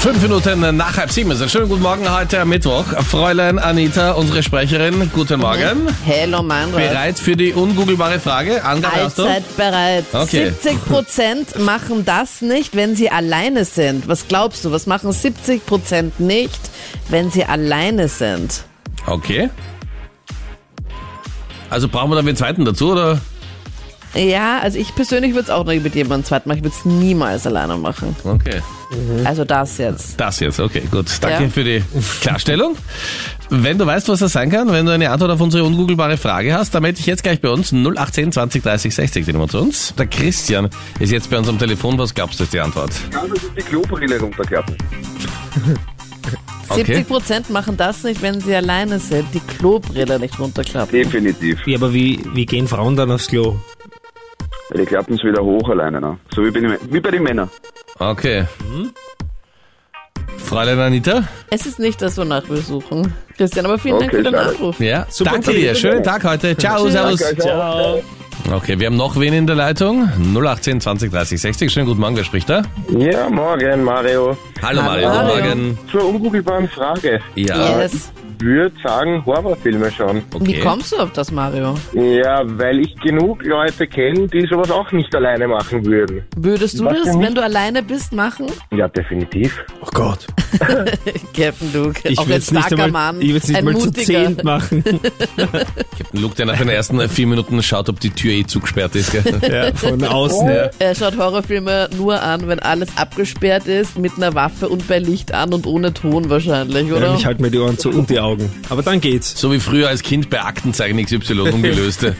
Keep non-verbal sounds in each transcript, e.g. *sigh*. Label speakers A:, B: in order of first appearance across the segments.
A: Fünf Minuten nach halb sieben. ist es. Schönen guten Morgen heute am Mittwoch. Fräulein Anita, unsere Sprecherin, guten Morgen.
B: Hello Meinrad.
A: Bereit für die ungoogelbare Frage? Angabe hast du?
B: Allzeit bereit.
A: Okay.
B: 70 Prozent machen das nicht, wenn sie alleine sind. Was glaubst du? Was machen 70 Prozent nicht, wenn sie alleine sind?
A: Okay. Also brauchen wir dann den zweiten dazu, oder?
B: Ja, also ich persönlich würde es auch noch mit jemandem zweit machen. Ich würde es niemals alleine machen.
A: Okay.
B: Also das jetzt.
A: Das jetzt, okay, gut. Danke
B: Ja.
A: für die Klarstellung. Wenn du weißt, was das sein kann, wenn du eine Antwort auf unsere ungoogelbare Frage hast, dann melde dich jetzt gleich bei uns 0810 20 30 60, die Nummer zu uns. Der Christian ist jetzt bei uns am Telefon. Was glaubst du, ist die Antwort?
C: kann, dass ich die Klobrille runterklappen.
B: 70 Prozent machen das nicht, wenn sie alleine sind. Die Klobrille nicht runterklappen.
C: Definitiv.
D: Ja, aber wie, wie gehen Frauen dann aufs Klo?
C: Ja, Die klappen es wieder hoch alleine. Ne? So wie bei, den, wie bei den
E: *laughs*
C: Männern.
A: Okay. Fräulein Anita?
B: Es ist nicht das, wonach wir suchen. Christian, aber vielen Dank
C: Okay,
B: für den
C: schade.
B: Anruf.
A: Ja,
D: Super
A: danke
D: Tipp.
A: dir. Schönen Tag heute. Ciao, servus.
C: Ciao.
A: Okay, wir haben noch wen in der Leitung. 018 20 30 60. Schönen guten Morgen, wer spricht da?
E: Ja, morgen, Mario.
A: Hallo Mario, guten
B: Mario.
A: Morgen.
E: Zur ungoogelbaren Frage.
A: Ja,
B: Yes.
E: Ich würde sagen, Horrorfilme schon.
A: okay.
B: Wie kommst du auf das, Mario?
E: Ja, weil ich genug Leute kenne, die sowas auch nicht alleine machen würden.
B: Würdest du
E: Was
B: das,
E: denn nicht?
B: wenn du alleine bist, machen?
E: Ja, definitiv.
D: Oh
B: *laughs*
D: Gott.
B: Captain Luke,
D: Ich
B: auch
D: würde
B: ein
D: es nicht,
B: starker
D: einmal,
B: Mann,
D: ich würd's nicht
B: ein
D: mal zu
B: mutiger.
D: zehn machen.
B: *laughs*
A: Luke, der nach den ersten vier Minuten schaut, ob die Tür eh zugesperrt ist. Gell? *laughs*
D: ja, von außen. Ja.
B: Er schaut Horrorfilme nur an, wenn alles abgesperrt ist, mit einer Waffe und bei Licht an und ohne Ton wahrscheinlich, oder?
D: Ich halte mir die Ohren zu und die Augen. Aber dann geht's.
A: So wie früher als Kind bei Aktenzeichen XY ungelöste.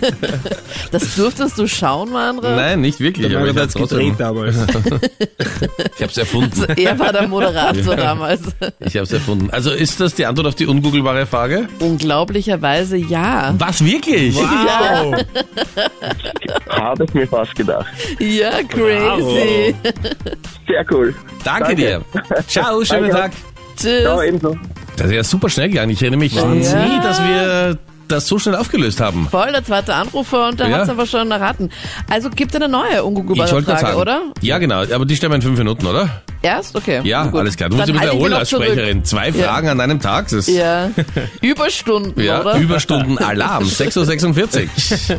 B: das dürftest du schauen,
A: *laughs*
B: Manre?
A: Nein, nicht wirklich.
D: Der
A: aber
D: Mario
A: ich
D: hat's
A: hab's
D: gedreht
A: trotzdem-
D: damals.
A: *laughs* ich hab's erfunden. *laughs*
B: Er war der
D: *laughs*
B: Moderator damals.
A: Ich hab's erfunden. Also ist das die Antwort auf die ungoogelbare Frage?
B: Unglaublicherweise ja.
A: Was wirklich?
D: Wow.
E: Habe ich mir fast gedacht.
B: Ja, crazy.
E: Sehr cool.
A: Danke, dir. Ciao, schönen Tag.
E: Danke.
B: Tschüss.
E: Ja, ebenso.
A: Das ist ja super schnell gegangen. Ich erinnere mich nie, dass wir das so schnell aufgelöst haben.
B: Voll, der zweite Anrufer und der
A: Ja.
B: hat's aber schon erraten. Also gibt's eine neue
A: Ich
B: ungoogelbare
A: wollte gerade
B: Frage,
A: sagen.
B: oder?
A: Ja, genau. Aber die stellen wir in fünf Minuten, oder?
B: Erst? Okay.
A: Ja,
B: gut.
A: alles klar. Du musst dich
B: Dann halte ich
A: wiederholen
B: noch
A: als
B: zurück.
A: Sprecherin. Zwei
B: Ja.
A: Fragen an einem Tag. Das ist
B: Ja. Überstunden,
A: ja,
B: oder? *laughs*
A: Überstunden Alarm. 6.46 Uhr.